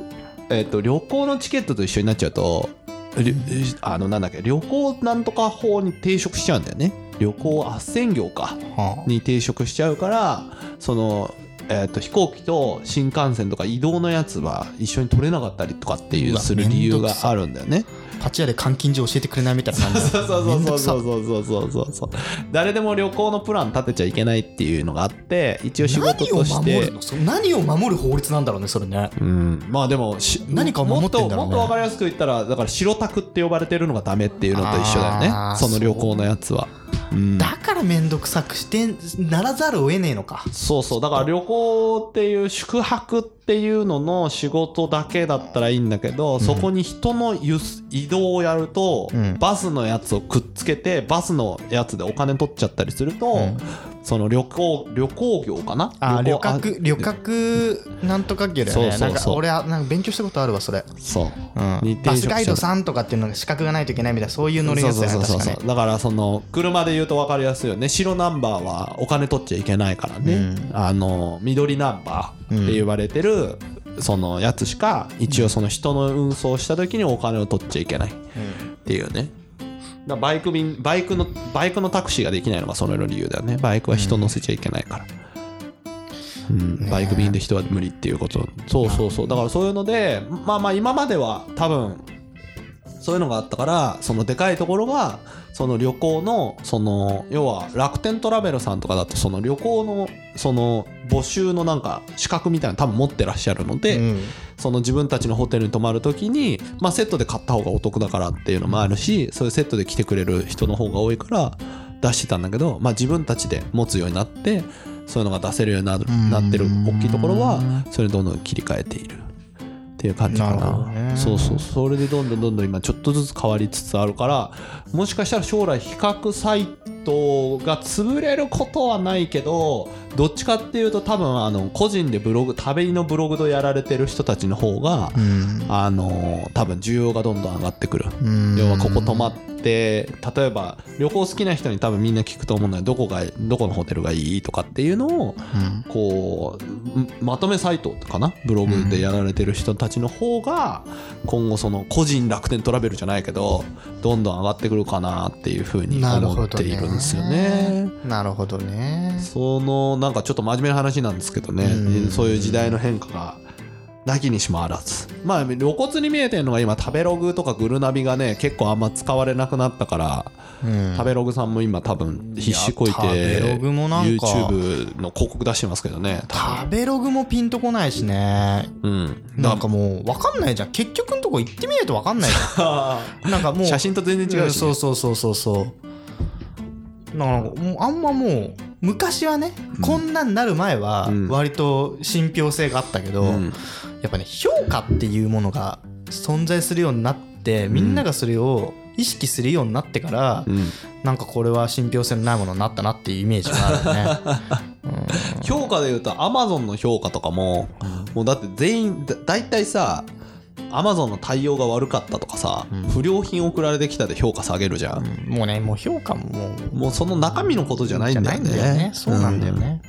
Speaker 2: えっ、と旅行のチケットと一緒になっちゃうとりあのなんだっけ旅行なんとか法に抵触しちゃうんだよね旅行斡旋業か
Speaker 1: は
Speaker 2: に抵触しちゃうからそのえっと飛行機と新幹線とか移動のやつは一緒に取れなかったりとかっていうう
Speaker 1: わ
Speaker 2: する理由があるんだよね。
Speaker 1: あパチ屋で監禁所教えてくれないみたいな感 じ
Speaker 2: そうそうそうそうそ
Speaker 1: う
Speaker 2: うそうそうそう誰でも旅行のプラン立てちゃいけないっていうのがあって一応仕事
Speaker 1: 何を
Speaker 2: とし
Speaker 1: 守
Speaker 2: て
Speaker 1: るのそ何を守る法律なんだろうねそれね
Speaker 2: うん、まあでもし
Speaker 1: 何かを守ってんだろう
Speaker 2: もっ
Speaker 1: ね
Speaker 2: ともっと分かりやすく言ったらだから白タクって呼ばれてるのがダメっていうのと一緒だよ
Speaker 1: あ
Speaker 2: ね
Speaker 1: ー
Speaker 2: その旅行のやつはうん
Speaker 1: だから面倒くさくしてんならざるを得ねえのか
Speaker 2: そうそうだから旅行っていう宿泊っていうのの仕事だけだったらいいんだけど、そこに人の輸す移動をやると、
Speaker 1: うん
Speaker 2: バスのやつをくっつけてバスのやつでお金取っちゃったりすると、
Speaker 1: うん
Speaker 2: その旅行旅行業かな
Speaker 1: あー旅
Speaker 2: 行
Speaker 1: 客旅客なんとか業だよ
Speaker 2: そう
Speaker 1: ね
Speaker 2: そうそう
Speaker 1: なんか俺はなんか勉強したことあるわそれ
Speaker 2: そう、に
Speaker 1: バスガイドさんとかっていうのが資格がないといけないみたいなそういうノリの
Speaker 2: そう
Speaker 1: やつ
Speaker 2: そう
Speaker 1: だよ
Speaker 2: そう
Speaker 1: ね
Speaker 2: そう
Speaker 1: 確かね
Speaker 2: だからその車で言うと分かりやすいよね白ナンバーはお金取っちゃいけないからね、
Speaker 1: うん
Speaker 2: あの緑ナンバーって言われてる、そのやつしか一応その人の運送した時にお金を取っちゃいけないっていうねだからバイク便バイクのバイクのタクシーができないのがその理由だよねバイクは人乗せちゃいけないから、うん、バイク便で人は無理っていうことそうそうそうだからそういうのでまあまあ今までは多分そういうのがあったからそのでかいところがその旅行のその要は楽天トラベルさんとかだとその旅行のその募集のなんか資格みたいなの多分持ってらっしゃるので、
Speaker 1: うん
Speaker 2: その自分たちのホテルに泊まるときに、まあ、セットで買った方がお得だからっていうのもあるしそういうセットで来てくれる人の方が多いから出してたんだけど、まあ、自分たちで持つようになってそういうのが出せるようになるなってる大きいところはそれどんどん切り替えているっていう感じか
Speaker 1: なるほ
Speaker 2: な
Speaker 1: どね
Speaker 2: そうそうそれでどんどんどんどん今ちょっとずつ変わりつつあるからもしかしたら将来比較サイトが潰れることはないけどどっちかっていうと多分あの個人でブログ食べのブログとやられてる人たちの方が、
Speaker 1: うん
Speaker 2: あの多分需要がどんどん上がってくる、
Speaker 1: うん
Speaker 2: 要はここ泊まって例えば旅行好きな人に多分みんな聞くと思うのでどこがどこのホテルがいいとかっていうのを
Speaker 1: うん
Speaker 2: こうまとめサイトかなブログでやられてる人たちの方が今後その個人楽天トラベルじゃないけどどんどん上がってくるかなっていうふうに
Speaker 1: なる
Speaker 2: 思
Speaker 1: ほ
Speaker 2: って
Speaker 1: ど
Speaker 2: い
Speaker 1: ね
Speaker 2: るんですよね。
Speaker 1: なるほどね
Speaker 2: そのなんかちょっと真面目な話なんですけどね、
Speaker 1: うん
Speaker 2: そういう時代の変化がなきにしもあらずまあ露骨に見えてるのが今食べログとかグルナビがね結構あんま使われなくなったから、
Speaker 1: うん
Speaker 2: 食べログさんも今多分必死こいて
Speaker 1: いや食べログもなんか
Speaker 2: YouTube の広告出してますけどね多分
Speaker 1: 食べログもピンとこないしね
Speaker 2: うん
Speaker 1: なんかもう分かんないじゃん結局のとこ行ってみないと分かんないじ ゃんなんかもう
Speaker 2: 写真と全然違うし、
Speaker 1: そ
Speaker 2: ね
Speaker 1: うそうそうそうそうだからもうあんまもう昔はね、こんなんなる前は
Speaker 2: うん
Speaker 1: 割と信憑性があったけど、
Speaker 2: うん
Speaker 1: やっぱね評価っていうものが存在するようになってみんながそれを意識するようになってから、
Speaker 2: うん、
Speaker 1: なんかこれは信憑性のないものになったなっていうイメージがあるね。
Speaker 2: 評価で言うとアマゾンの評価とかも、もうだって全員だ大体さアマゾンの対応が悪かったとかさ、
Speaker 1: ん
Speaker 2: 不良品送られてきたで評価下げるじゃん、
Speaker 1: うんもうね、もう評価ももう
Speaker 2: もうその中身のことじゃないんだよね
Speaker 1: じゃないんだよねそうなんだよね。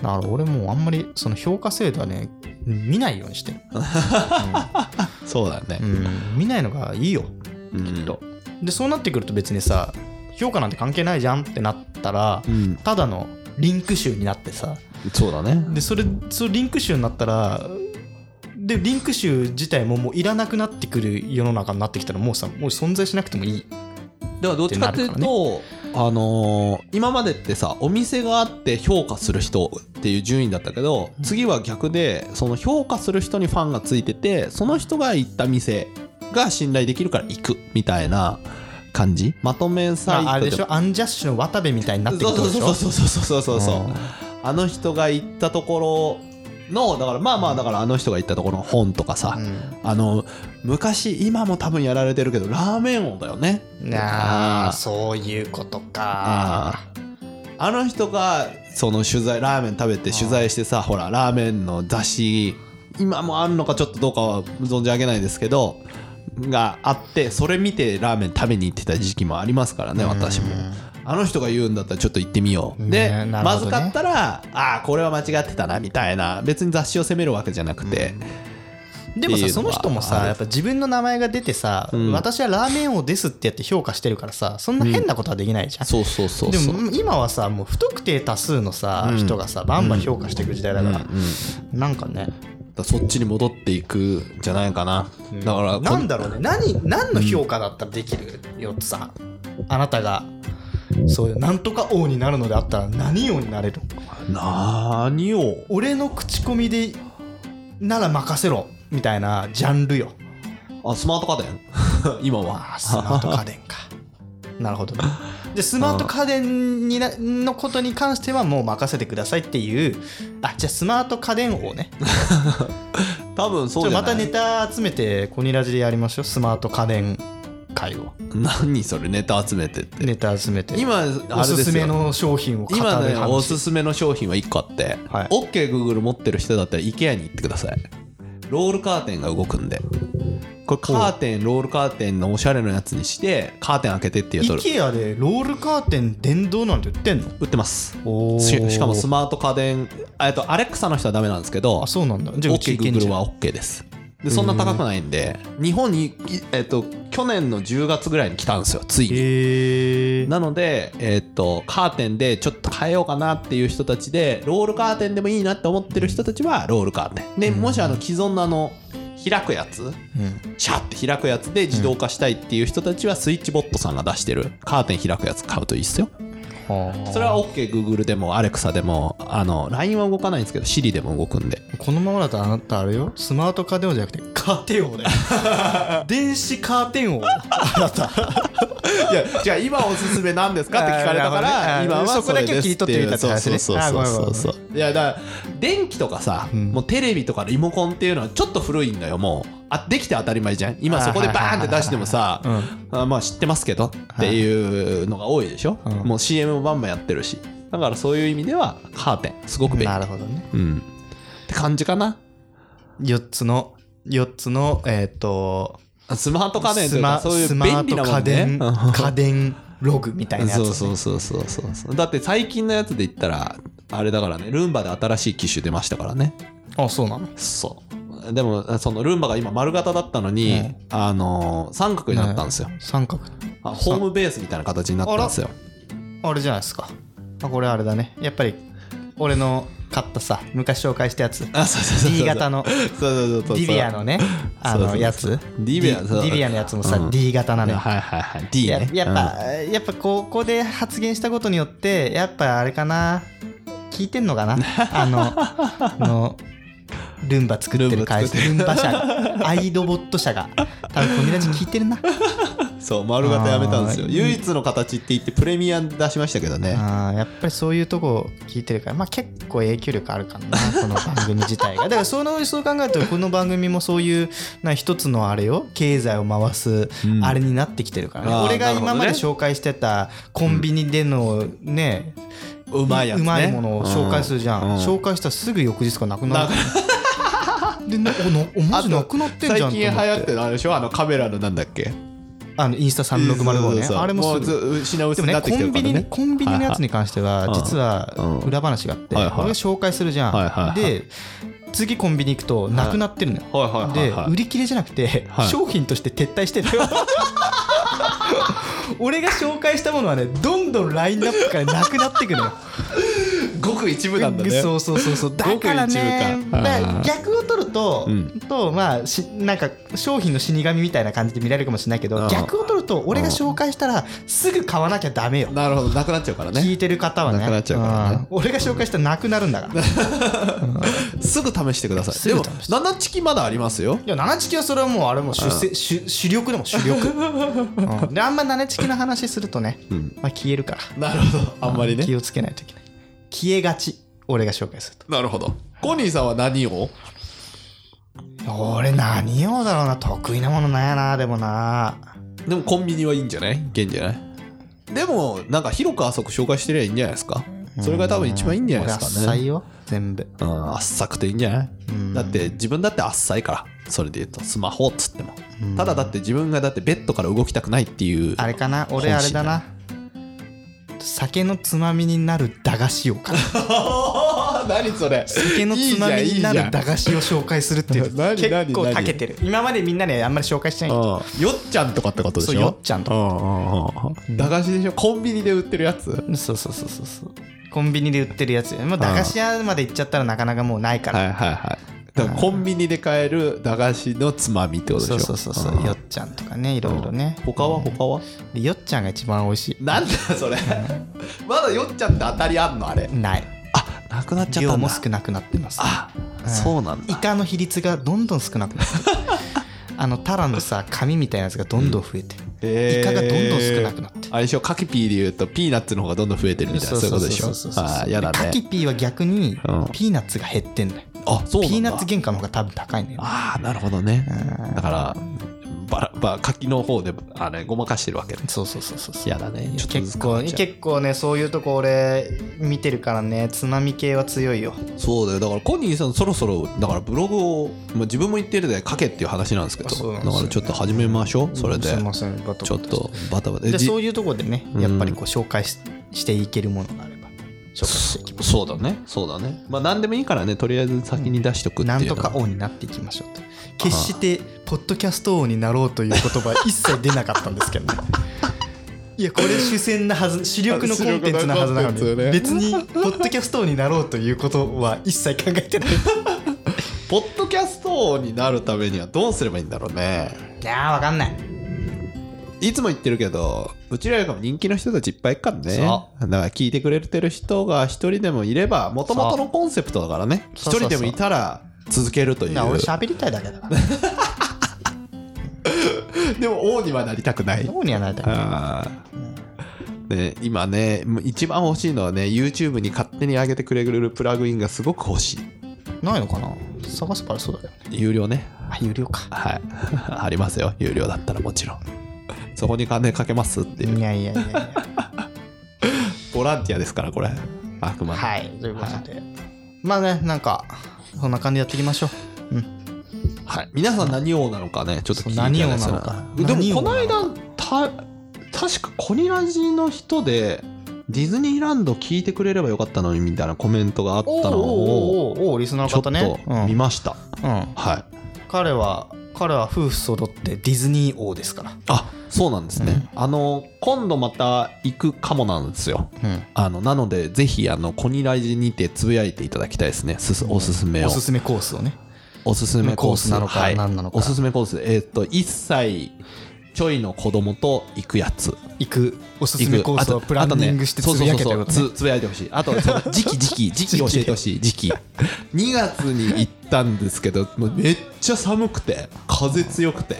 Speaker 1: だから俺もうあんまりその評価制度はね、見ないようにしてる。
Speaker 2: うんそうだよね
Speaker 1: う、ん、見ないのがいいよ。
Speaker 2: うん、きっ
Speaker 1: とで、そうなってくると別にさ、評価なんて関係ないじゃんってなったら
Speaker 2: う、ん、
Speaker 1: ただのリンク集になってさ、
Speaker 2: そうだね
Speaker 1: で、それ、そのリンク集になったら、で、リンク集自体ももういらなくなってくる世の中になってきたら、もうさ、もう存在しなくてもいい。
Speaker 2: だからどっちかっていうと
Speaker 1: ってな
Speaker 2: あのー今までってさお店があって評価する人っていう順位だったけど次は逆でその評価する人にファンがついててその人が行った店が信頼できるから行くみたいな感じまとめサイト
Speaker 1: まあ、あれでしょ、アンジャッシュの渡部みたいになってくるって
Speaker 2: そ
Speaker 1: こ
Speaker 2: う
Speaker 1: とでし
Speaker 2: そう
Speaker 1: ょ。
Speaker 2: そうそうそうそうそうそう
Speaker 1: うん
Speaker 2: あの人が行ったところのだからまあまあだからあの人が行ったところの本とかさ、
Speaker 1: うん
Speaker 2: あの昔今も多分やられてるけどラーメン王だよね
Speaker 1: ああそういうことか
Speaker 2: あの人がその取材ラーメン食べて取材してさほらラーメンの雑誌今もあんのかちょっとどうかは存じ上げないですけどがあってそれ見てラーメン食べに行ってた時期もありますからね私もあの人が言うんだったらちょっと行ってみよう、で、
Speaker 1: ねなる
Speaker 2: ま
Speaker 1: ほ
Speaker 2: ず
Speaker 1: どね
Speaker 2: かったらああこれは間違ってたなみたいな別に雑誌を責めるわけじゃなくて、
Speaker 1: でも
Speaker 2: って
Speaker 1: さ
Speaker 2: いうのが
Speaker 1: その人も
Speaker 2: あ
Speaker 1: さ
Speaker 2: る
Speaker 1: やっぱ自分の名前が出てさ、
Speaker 2: うん
Speaker 1: 私はラーメン王ですってやって評価してるからさそんな変なことはできないじゃん、
Speaker 2: そうそうそう
Speaker 1: で
Speaker 2: そう
Speaker 1: も今はさもう不特定多数のさ、
Speaker 2: うん
Speaker 1: 人がさバンバン評価していく時代だから、
Speaker 2: うんうん
Speaker 1: なんか
Speaker 2: だ
Speaker 1: ね
Speaker 2: からそっちに戻っていくんじゃないかな、だからこ
Speaker 1: なんだろうね何何の評価だったらできるよってさあなたがそういうなんとか王になるのであったら何王になれる
Speaker 2: 何を
Speaker 1: 俺の口コミでなら任せろみたいなジャンルよ
Speaker 2: あスマート家電 今は
Speaker 1: あスマート家電 かなるほどね でスマート家電になのことに関してはもう任せてくださいっていうあじゃあスマート家電王ね
Speaker 2: 多分 そ
Speaker 1: ち
Speaker 2: う
Speaker 1: ょ
Speaker 2: じゃ
Speaker 1: ま
Speaker 2: ない
Speaker 1: たネタ集めてコニラジでやりましょうスマート家電会を
Speaker 2: 何それネタ集めてって
Speaker 1: ネタ集めて
Speaker 2: 今あれですよ
Speaker 1: おすすめの商品を語る
Speaker 2: 今
Speaker 1: 話
Speaker 2: ねおすすめの商品は1個あって、
Speaker 1: はい
Speaker 2: OKGoogle 持ってる人だったら IKEA に行ってくださいロールカーテンが動くんでこれカーテンロールカーテンのおしゃれなやつにしてカーテン開けてっていうと
Speaker 1: IKEA でロールカーテン電動なんて売ってんの
Speaker 2: 売ってます
Speaker 1: お
Speaker 2: ししかもス
Speaker 1: マ
Speaker 2: マート家電えっとアレクサの人はダメなんですけど
Speaker 1: あそうなんだじゃあうち
Speaker 2: OK、
Speaker 1: 行けんじ
Speaker 2: Google
Speaker 1: ゃん
Speaker 2: は OK です。で、そんな高くないんで、日本に、いえっと、去年の10月ぐらいに来たんですよ、ついに。
Speaker 1: へえ
Speaker 2: なので、えっと、カーテンでちょっと変えようかなっていう人たちで、ロールカーテンでもいいなって思ってる人たちは、ロールカーテン。で、もしあの、既存のあの、開くやつ、シャッて開くやつで自動化したいっていう人たちは、スイッチボットさんが出してる、カーテン開くやつ買うといいっすよ。それは OK、Google でも、Alexa でも、あの、LINE は動かないんですけど、Siri でも動くんで。
Speaker 1: このままだとあなたあれよスマート家電王じゃなくてカーテン 王だよ電子カーテン王あなた
Speaker 2: いや、じゃあ今おすすめなんですかって聞かれたか
Speaker 1: あ
Speaker 2: ら、
Speaker 1: ー
Speaker 2: 今は
Speaker 1: そこだけ
Speaker 2: れです
Speaker 1: 切り取ってみたって話ね
Speaker 2: そうそうそうそう
Speaker 1: あーごめんごめん
Speaker 2: そうそう。いや、だから、電気とかさ、
Speaker 1: ん
Speaker 2: もうテレビとかリモコンっていうのはちょっと古いんだよ、もう。あ、できて当たり前じゃん。今そこでバーンって出してもさ、あまあ知ってますけどっていうのが多いでしょ。
Speaker 1: うん
Speaker 2: もう CM もバンバンやってるし。だからそういう意味では、カーテン、すごく便利
Speaker 1: な。るほどね
Speaker 2: うん。って感じかな。
Speaker 1: 4つの4つのえっ、と
Speaker 2: スマート家電と
Speaker 1: ス
Speaker 2: いうか
Speaker 1: マ
Speaker 2: そういう
Speaker 1: スマ
Speaker 2: 便利
Speaker 1: ー
Speaker 2: な
Speaker 1: ト
Speaker 2: も
Speaker 1: 家
Speaker 2: んね
Speaker 1: 電。家電ログみたいなやつ、ね、
Speaker 2: そうそうそうそうそうそうだって最近のやつで言ったらあれだからねルンバで新しい機種出ましたからね
Speaker 1: あそうなの
Speaker 2: そうでもそのルンバが今丸型だったのに、
Speaker 1: うん
Speaker 2: あのー三角になったんですよ、
Speaker 1: 三角
Speaker 2: あホームベースみたいな形になったんですよ
Speaker 1: あれじゃないですかあこれあれだねやっぱり俺の買ったさ昔紹介したやつ
Speaker 2: あ そうそうそうそう
Speaker 1: D 型の
Speaker 2: そうそうそうそ
Speaker 1: デ
Speaker 2: う
Speaker 1: ィビアのねあ
Speaker 2: そうそうそ
Speaker 1: の
Speaker 2: う
Speaker 1: やつ
Speaker 2: ディビア
Speaker 1: デ
Speaker 2: そう
Speaker 1: ィディビアのやつもさ、
Speaker 2: うん
Speaker 1: D 型なのよ
Speaker 2: はいはいはい D
Speaker 1: や
Speaker 2: ね
Speaker 1: やっぱ、やっぱここで発言したことによってやっぱあれかな聞いてんの かなあののルンバ作ってる会社ルンバ社アイドボット社が多分このラジ聞いてるな
Speaker 2: うんそう、丸型やめたんですよ。
Speaker 1: あー
Speaker 2: 唯一の形って言ってプレミアム出しましたけどね。
Speaker 1: あーやっぱりそういうとこ聞いてるからまあ結構影響力ある からなこの番組自体がだからそのそう考えるとこの番組もそういうな一つのあれよ経済を回す
Speaker 2: うん
Speaker 1: あれになってきてるからね、
Speaker 2: あー
Speaker 1: 俺が今まで
Speaker 2: なるほど
Speaker 1: 紹介してたコンビニでのね、
Speaker 2: うまいやつね。
Speaker 1: うまいものを紹介するじゃん、
Speaker 2: うん
Speaker 1: 紹介したらすぐ翌日からなくなるでなおなおマジなくなってんじゃ
Speaker 2: 最
Speaker 1: んと思って
Speaker 2: 近流行ってるあれでしょあのカメラのなんだっけ
Speaker 1: あのインスタ365
Speaker 2: そ
Speaker 1: ね
Speaker 2: うそうそう
Speaker 1: あれもすぐ
Speaker 2: ず品薄
Speaker 1: で
Speaker 2: にな
Speaker 1: もね
Speaker 2: ってき
Speaker 1: コ
Speaker 2: てる
Speaker 1: ン
Speaker 2: か
Speaker 1: ビ
Speaker 2: ら
Speaker 1: ニ
Speaker 2: ね。
Speaker 1: コンビニのやつに関しては
Speaker 2: はいはい
Speaker 1: 実は
Speaker 2: うん
Speaker 1: 裏話があって
Speaker 2: は
Speaker 1: 俺
Speaker 2: い
Speaker 1: が
Speaker 2: はい
Speaker 1: 紹介するじゃ
Speaker 2: はいはいは
Speaker 1: ん
Speaker 2: い
Speaker 1: で次コンビニ行くとなくなってるのよ
Speaker 2: はいはいはい
Speaker 1: で
Speaker 2: はい
Speaker 1: 売り切れじゃなくて
Speaker 2: はい
Speaker 1: 商品として撤退してる よ俺が紹介したものはねどんどんラインナップからなくなってくのよ
Speaker 2: ごく一部なんだね。
Speaker 1: そうそうそうそうだからね
Speaker 2: ごく一部か
Speaker 1: だから
Speaker 2: あー
Speaker 1: 逆を取ると,、
Speaker 2: うん
Speaker 1: とまあしなんか商品の死神みたいな感じで見られるかもしれないけ
Speaker 2: う
Speaker 1: ど
Speaker 2: ん
Speaker 1: 逆を取ると俺が紹介したらすぐ買わなきゃダメよ
Speaker 2: なるほど、なくなっちゃうから
Speaker 1: 聞
Speaker 2: ね
Speaker 1: い。てる方はね
Speaker 2: なくなっちゃうからね
Speaker 1: うん俺が紹介したらなくなるんだからい
Speaker 2: すぐ試してください。
Speaker 1: す
Speaker 2: で
Speaker 1: ぐ
Speaker 2: も
Speaker 1: 試して、
Speaker 2: 七チキまだありますよ。
Speaker 1: や七チキはそれはもうあれもう主せ主主力でも主 力、うんであんま七チキの話するとね、
Speaker 2: うん
Speaker 1: まあ、消えるから
Speaker 2: なるほど、あんまり
Speaker 1: 気
Speaker 2: ね。
Speaker 1: をつけないといけない消えがち俺が紹介すると
Speaker 2: なるほど。コニーさんは何を
Speaker 1: 俺何をだろうな得意なものなんやなでもな
Speaker 2: でもコンビニはいいんじゃないいけんじゃないでも、なんか広く浅く紹介してりゃいいんじゃないですか。それが多分一番いいんじゃないで
Speaker 1: 俺
Speaker 2: すか
Speaker 1: 浅
Speaker 2: ね。
Speaker 1: いよ全部
Speaker 2: うん、浅くていいんじゃない
Speaker 1: ん
Speaker 2: だって自分だって浅いから、それで言うと、スマホっつっても。ただだって自分がだってベッドから動きたくないっていう。
Speaker 1: あれかな俺あれだな酒のつまみになる駄菓子をかな
Speaker 2: 何それ
Speaker 1: 酒のつまみになる駄
Speaker 2: け
Speaker 1: 菓子を紹介するってい う
Speaker 2: 何
Speaker 1: 結
Speaker 2: 何
Speaker 1: 構
Speaker 2: 何
Speaker 1: たけてる今までみんなにはあんまり紹介してない
Speaker 2: よっちゃんとかってことでしょ
Speaker 1: そうよっちゃんとか
Speaker 2: か駄菓子でしょコンビニで売ってるやつはい
Speaker 1: そうそうそうそうそうコンビニで売ってるやつもう駄菓子屋まで行っちゃったらなかなかもうないから、
Speaker 2: はいはいだからコンビニで買える駄菓子のつまみってことでし
Speaker 1: そ
Speaker 2: ょ
Speaker 1: うそうそうそう
Speaker 2: うん
Speaker 1: よっちゃんとかねいろいろね
Speaker 2: 他は他は
Speaker 1: でよっちゃんが一番美味し
Speaker 2: なんだよそ れまだよっちゃんって当たりあんのあれ
Speaker 1: いない
Speaker 2: あなくなっちゃった
Speaker 1: 量
Speaker 2: ん
Speaker 1: も
Speaker 2: だ
Speaker 1: 少なくなってます
Speaker 2: あ
Speaker 1: ん
Speaker 2: そうなん
Speaker 1: イ
Speaker 2: だ
Speaker 1: カの比率がどんどん少なくなってる あのタラのさ紙みたいなやつがどんどん増えてる、イカがどんどん少なくなってる
Speaker 2: あれでしょカキピーで言うとピーナッツの方がどんどん増えてるみたいなそういうことでしょあーやだ
Speaker 1: カ
Speaker 2: ね
Speaker 1: キピーは逆に
Speaker 2: うん
Speaker 1: ピーナッツが減ってんだよ、
Speaker 2: あそうなんだ
Speaker 1: ピーナッツ原価の方が多分高いんだよね
Speaker 2: ああなるほどねだからバラバ柿の方であれごまかしてるわけね
Speaker 1: そうそうそうそうそう
Speaker 2: やだねちょっとず
Speaker 1: 結
Speaker 2: つ
Speaker 1: 構
Speaker 2: 変わっちゃう
Speaker 1: 結構ねそういうとこ俺見てるからね津波系は強いよ
Speaker 2: そうだよだからコニーさんそろそろだからブログを、まあ、自分も言ってるで書けっていう話なんですけど
Speaker 1: そうなんです
Speaker 2: だ
Speaker 1: よ
Speaker 2: か
Speaker 1: ね
Speaker 2: らちょっと始めましょうそれです
Speaker 1: いませんバタバタ
Speaker 2: ちょっとバタバタ
Speaker 1: で
Speaker 2: じ
Speaker 1: そういうとこでねやっぱりこう紹介ししていけるものがあれば紹介していきま
Speaker 2: そうだねそうだねまあ何でもいいからねとりあえず先に出しとく
Speaker 1: す
Speaker 2: っていうの
Speaker 1: なんとか王になっていきましょうと決してポッドキャスト王になろうという言葉は一切出なかったんです けどねいやこれ主戦なはず主力のコンテンツなはずなの
Speaker 2: 主力のコンテンツよね
Speaker 1: に別にポッドキャスト王になろうということは一切考え てない
Speaker 2: ポッドキャストになるためにはどうすればいいんだろうね
Speaker 1: いやーわかんない
Speaker 2: いつも言ってるけど、うちらよりも人気の人たちいっぱいいっからね。
Speaker 1: そ
Speaker 2: だから聞いてくれてる人が一人でもいれば、もともとのコンセプトだからね。一
Speaker 1: そうそうそう
Speaker 2: 人でもいたら続けるという。
Speaker 1: な俺喋りたいだけだから
Speaker 2: でも王にはなりたくない。
Speaker 1: 王にはなりたい
Speaker 2: あーね、今ね、もう一番欲しいのはね、YouTube に勝手に上げてくれるプラグインがすごく欲しい。
Speaker 1: ないのかな探せばありそうだけどね
Speaker 2: 有料ね。
Speaker 1: あ有料か
Speaker 2: はい。 ありますよ。有料だったらもちろん。そこに金かけますっていう。
Speaker 1: いやいやいやいや
Speaker 2: ボランティアですから、これ。あくまで。
Speaker 1: はいということで、まあねなんかそんな感じでやっていきましょう
Speaker 2: はい、皆さん何王なのかねちょっと聞いて
Speaker 1: そう何王なの
Speaker 2: です
Speaker 1: か
Speaker 2: で
Speaker 1: 何
Speaker 2: も
Speaker 1: 王
Speaker 2: この
Speaker 1: な
Speaker 2: 間た確かコニラジの人でディズニーランド聞いてくれればよかったのにみたいなコメントがあったのを
Speaker 1: おーおーおーおーリスナー
Speaker 2: ちょ
Speaker 1: の
Speaker 2: っと
Speaker 1: 方ね
Speaker 2: 見ました、
Speaker 1: うんうん
Speaker 2: はい
Speaker 1: 彼は彼は夫婦揃ってディズニー王ですから
Speaker 2: あそうなんですね、あの今度また行くかもなんですよ
Speaker 1: うん
Speaker 2: あのなのでぜひあのコニラジにてつぶやいていただきたいですねすすおすすめを
Speaker 1: おすすめコースをね
Speaker 2: おすすめコース
Speaker 1: コースなのか
Speaker 2: はい
Speaker 1: 何なのか
Speaker 2: おすすめコースえーっと1歳ちょいの子供と行くやつ
Speaker 1: 行くおすすめコースをプランニングしてつぶやけ
Speaker 2: そ
Speaker 1: たよ
Speaker 2: う
Speaker 1: う
Speaker 2: そうそうつつぶやいてほしいあとその時期時期時期教えてほしい時期2月に行ったんですけどもうめっちゃ寒くて風強くて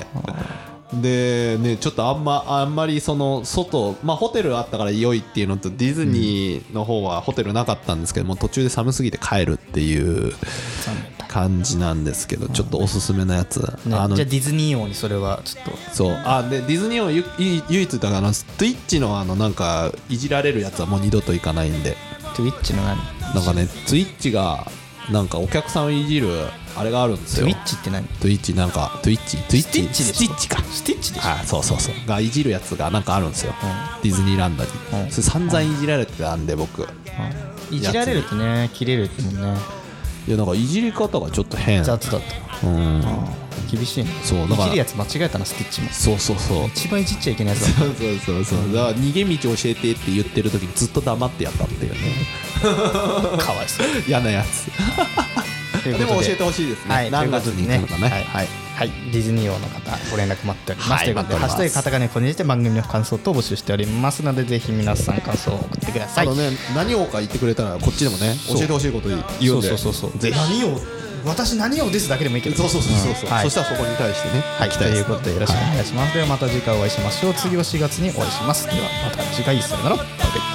Speaker 2: でねちょっとあんまあんまりその外まあホテルあったから良いっていうのとディズニーの方はホテルなかったんですけども途中で寒すぎて帰るっていう感じなんですけどちょっとおすすめのやつ、
Speaker 1: ね
Speaker 2: あの
Speaker 1: じゃあディズニー王にそれはちょっと
Speaker 2: そうあでディズニーをゆい唯一だからスイッチのあのなんかいじられるやつはもう二度と行かないんで
Speaker 1: Twitch の何
Speaker 2: なんかねツイッチがなんかお客さんをいじるあれがあるんですよ
Speaker 1: Twitch って何
Speaker 2: ツイッチなんかツイッチツイッチ
Speaker 1: で
Speaker 2: ス
Speaker 1: し
Speaker 2: ティ
Speaker 1: ょ
Speaker 2: ッチか
Speaker 1: スティッチでしょ
Speaker 2: あそうそうそうがいじるやつがなんかあるんですよ、
Speaker 1: う
Speaker 2: ディズニーランドに、
Speaker 1: うん
Speaker 2: それ散々いじられてたんで僕い
Speaker 1: うんいじられるとね切れるってもんね
Speaker 2: やなんかいじり方がちょっと変
Speaker 1: 雑だった
Speaker 2: うん
Speaker 1: 厳しいね
Speaker 2: そうだから
Speaker 1: いじるやつ間違えたなスティッチも
Speaker 2: そうそうそう
Speaker 1: 一番いじっちゃいけないやつだ
Speaker 2: そうそうそうそうだから逃げ道教えてって言ってる時にずっと黙ってやったっていうね
Speaker 1: かわいそう
Speaker 2: 嫌なやつ
Speaker 1: という
Speaker 2: で
Speaker 1: こと
Speaker 2: も教えてほしいですね、
Speaker 1: はい、
Speaker 2: 何月に行くのかね
Speaker 1: はい、はいはいディズニー王の方ご連絡待っております、
Speaker 2: はい
Speaker 1: ということで「ハ
Speaker 2: 待
Speaker 1: ッ
Speaker 2: っておりま
Speaker 1: シュタグ
Speaker 2: す
Speaker 1: カタカナ」で個人して番組の感想等を募集しておりますのでぜひ皆さん感想を送ってくださ
Speaker 2: あ
Speaker 1: い
Speaker 2: のね何をか言ってくれたらこっちでもね教
Speaker 1: う
Speaker 2: えてほしいこと言うんで
Speaker 1: そうそうそうそう
Speaker 2: ぜひ
Speaker 1: 何を私何をですだけでもいいけど
Speaker 2: そうそうそうそう、
Speaker 1: んはい
Speaker 2: そしたらそこに対してね、
Speaker 1: はい、
Speaker 2: 行き
Speaker 1: と
Speaker 2: た
Speaker 1: い
Speaker 2: で
Speaker 1: う
Speaker 2: す
Speaker 1: ことでよろしくお願いします、ではまた次回お会いしましょう次は4月にお会いしますではまた次回さよならバイバイ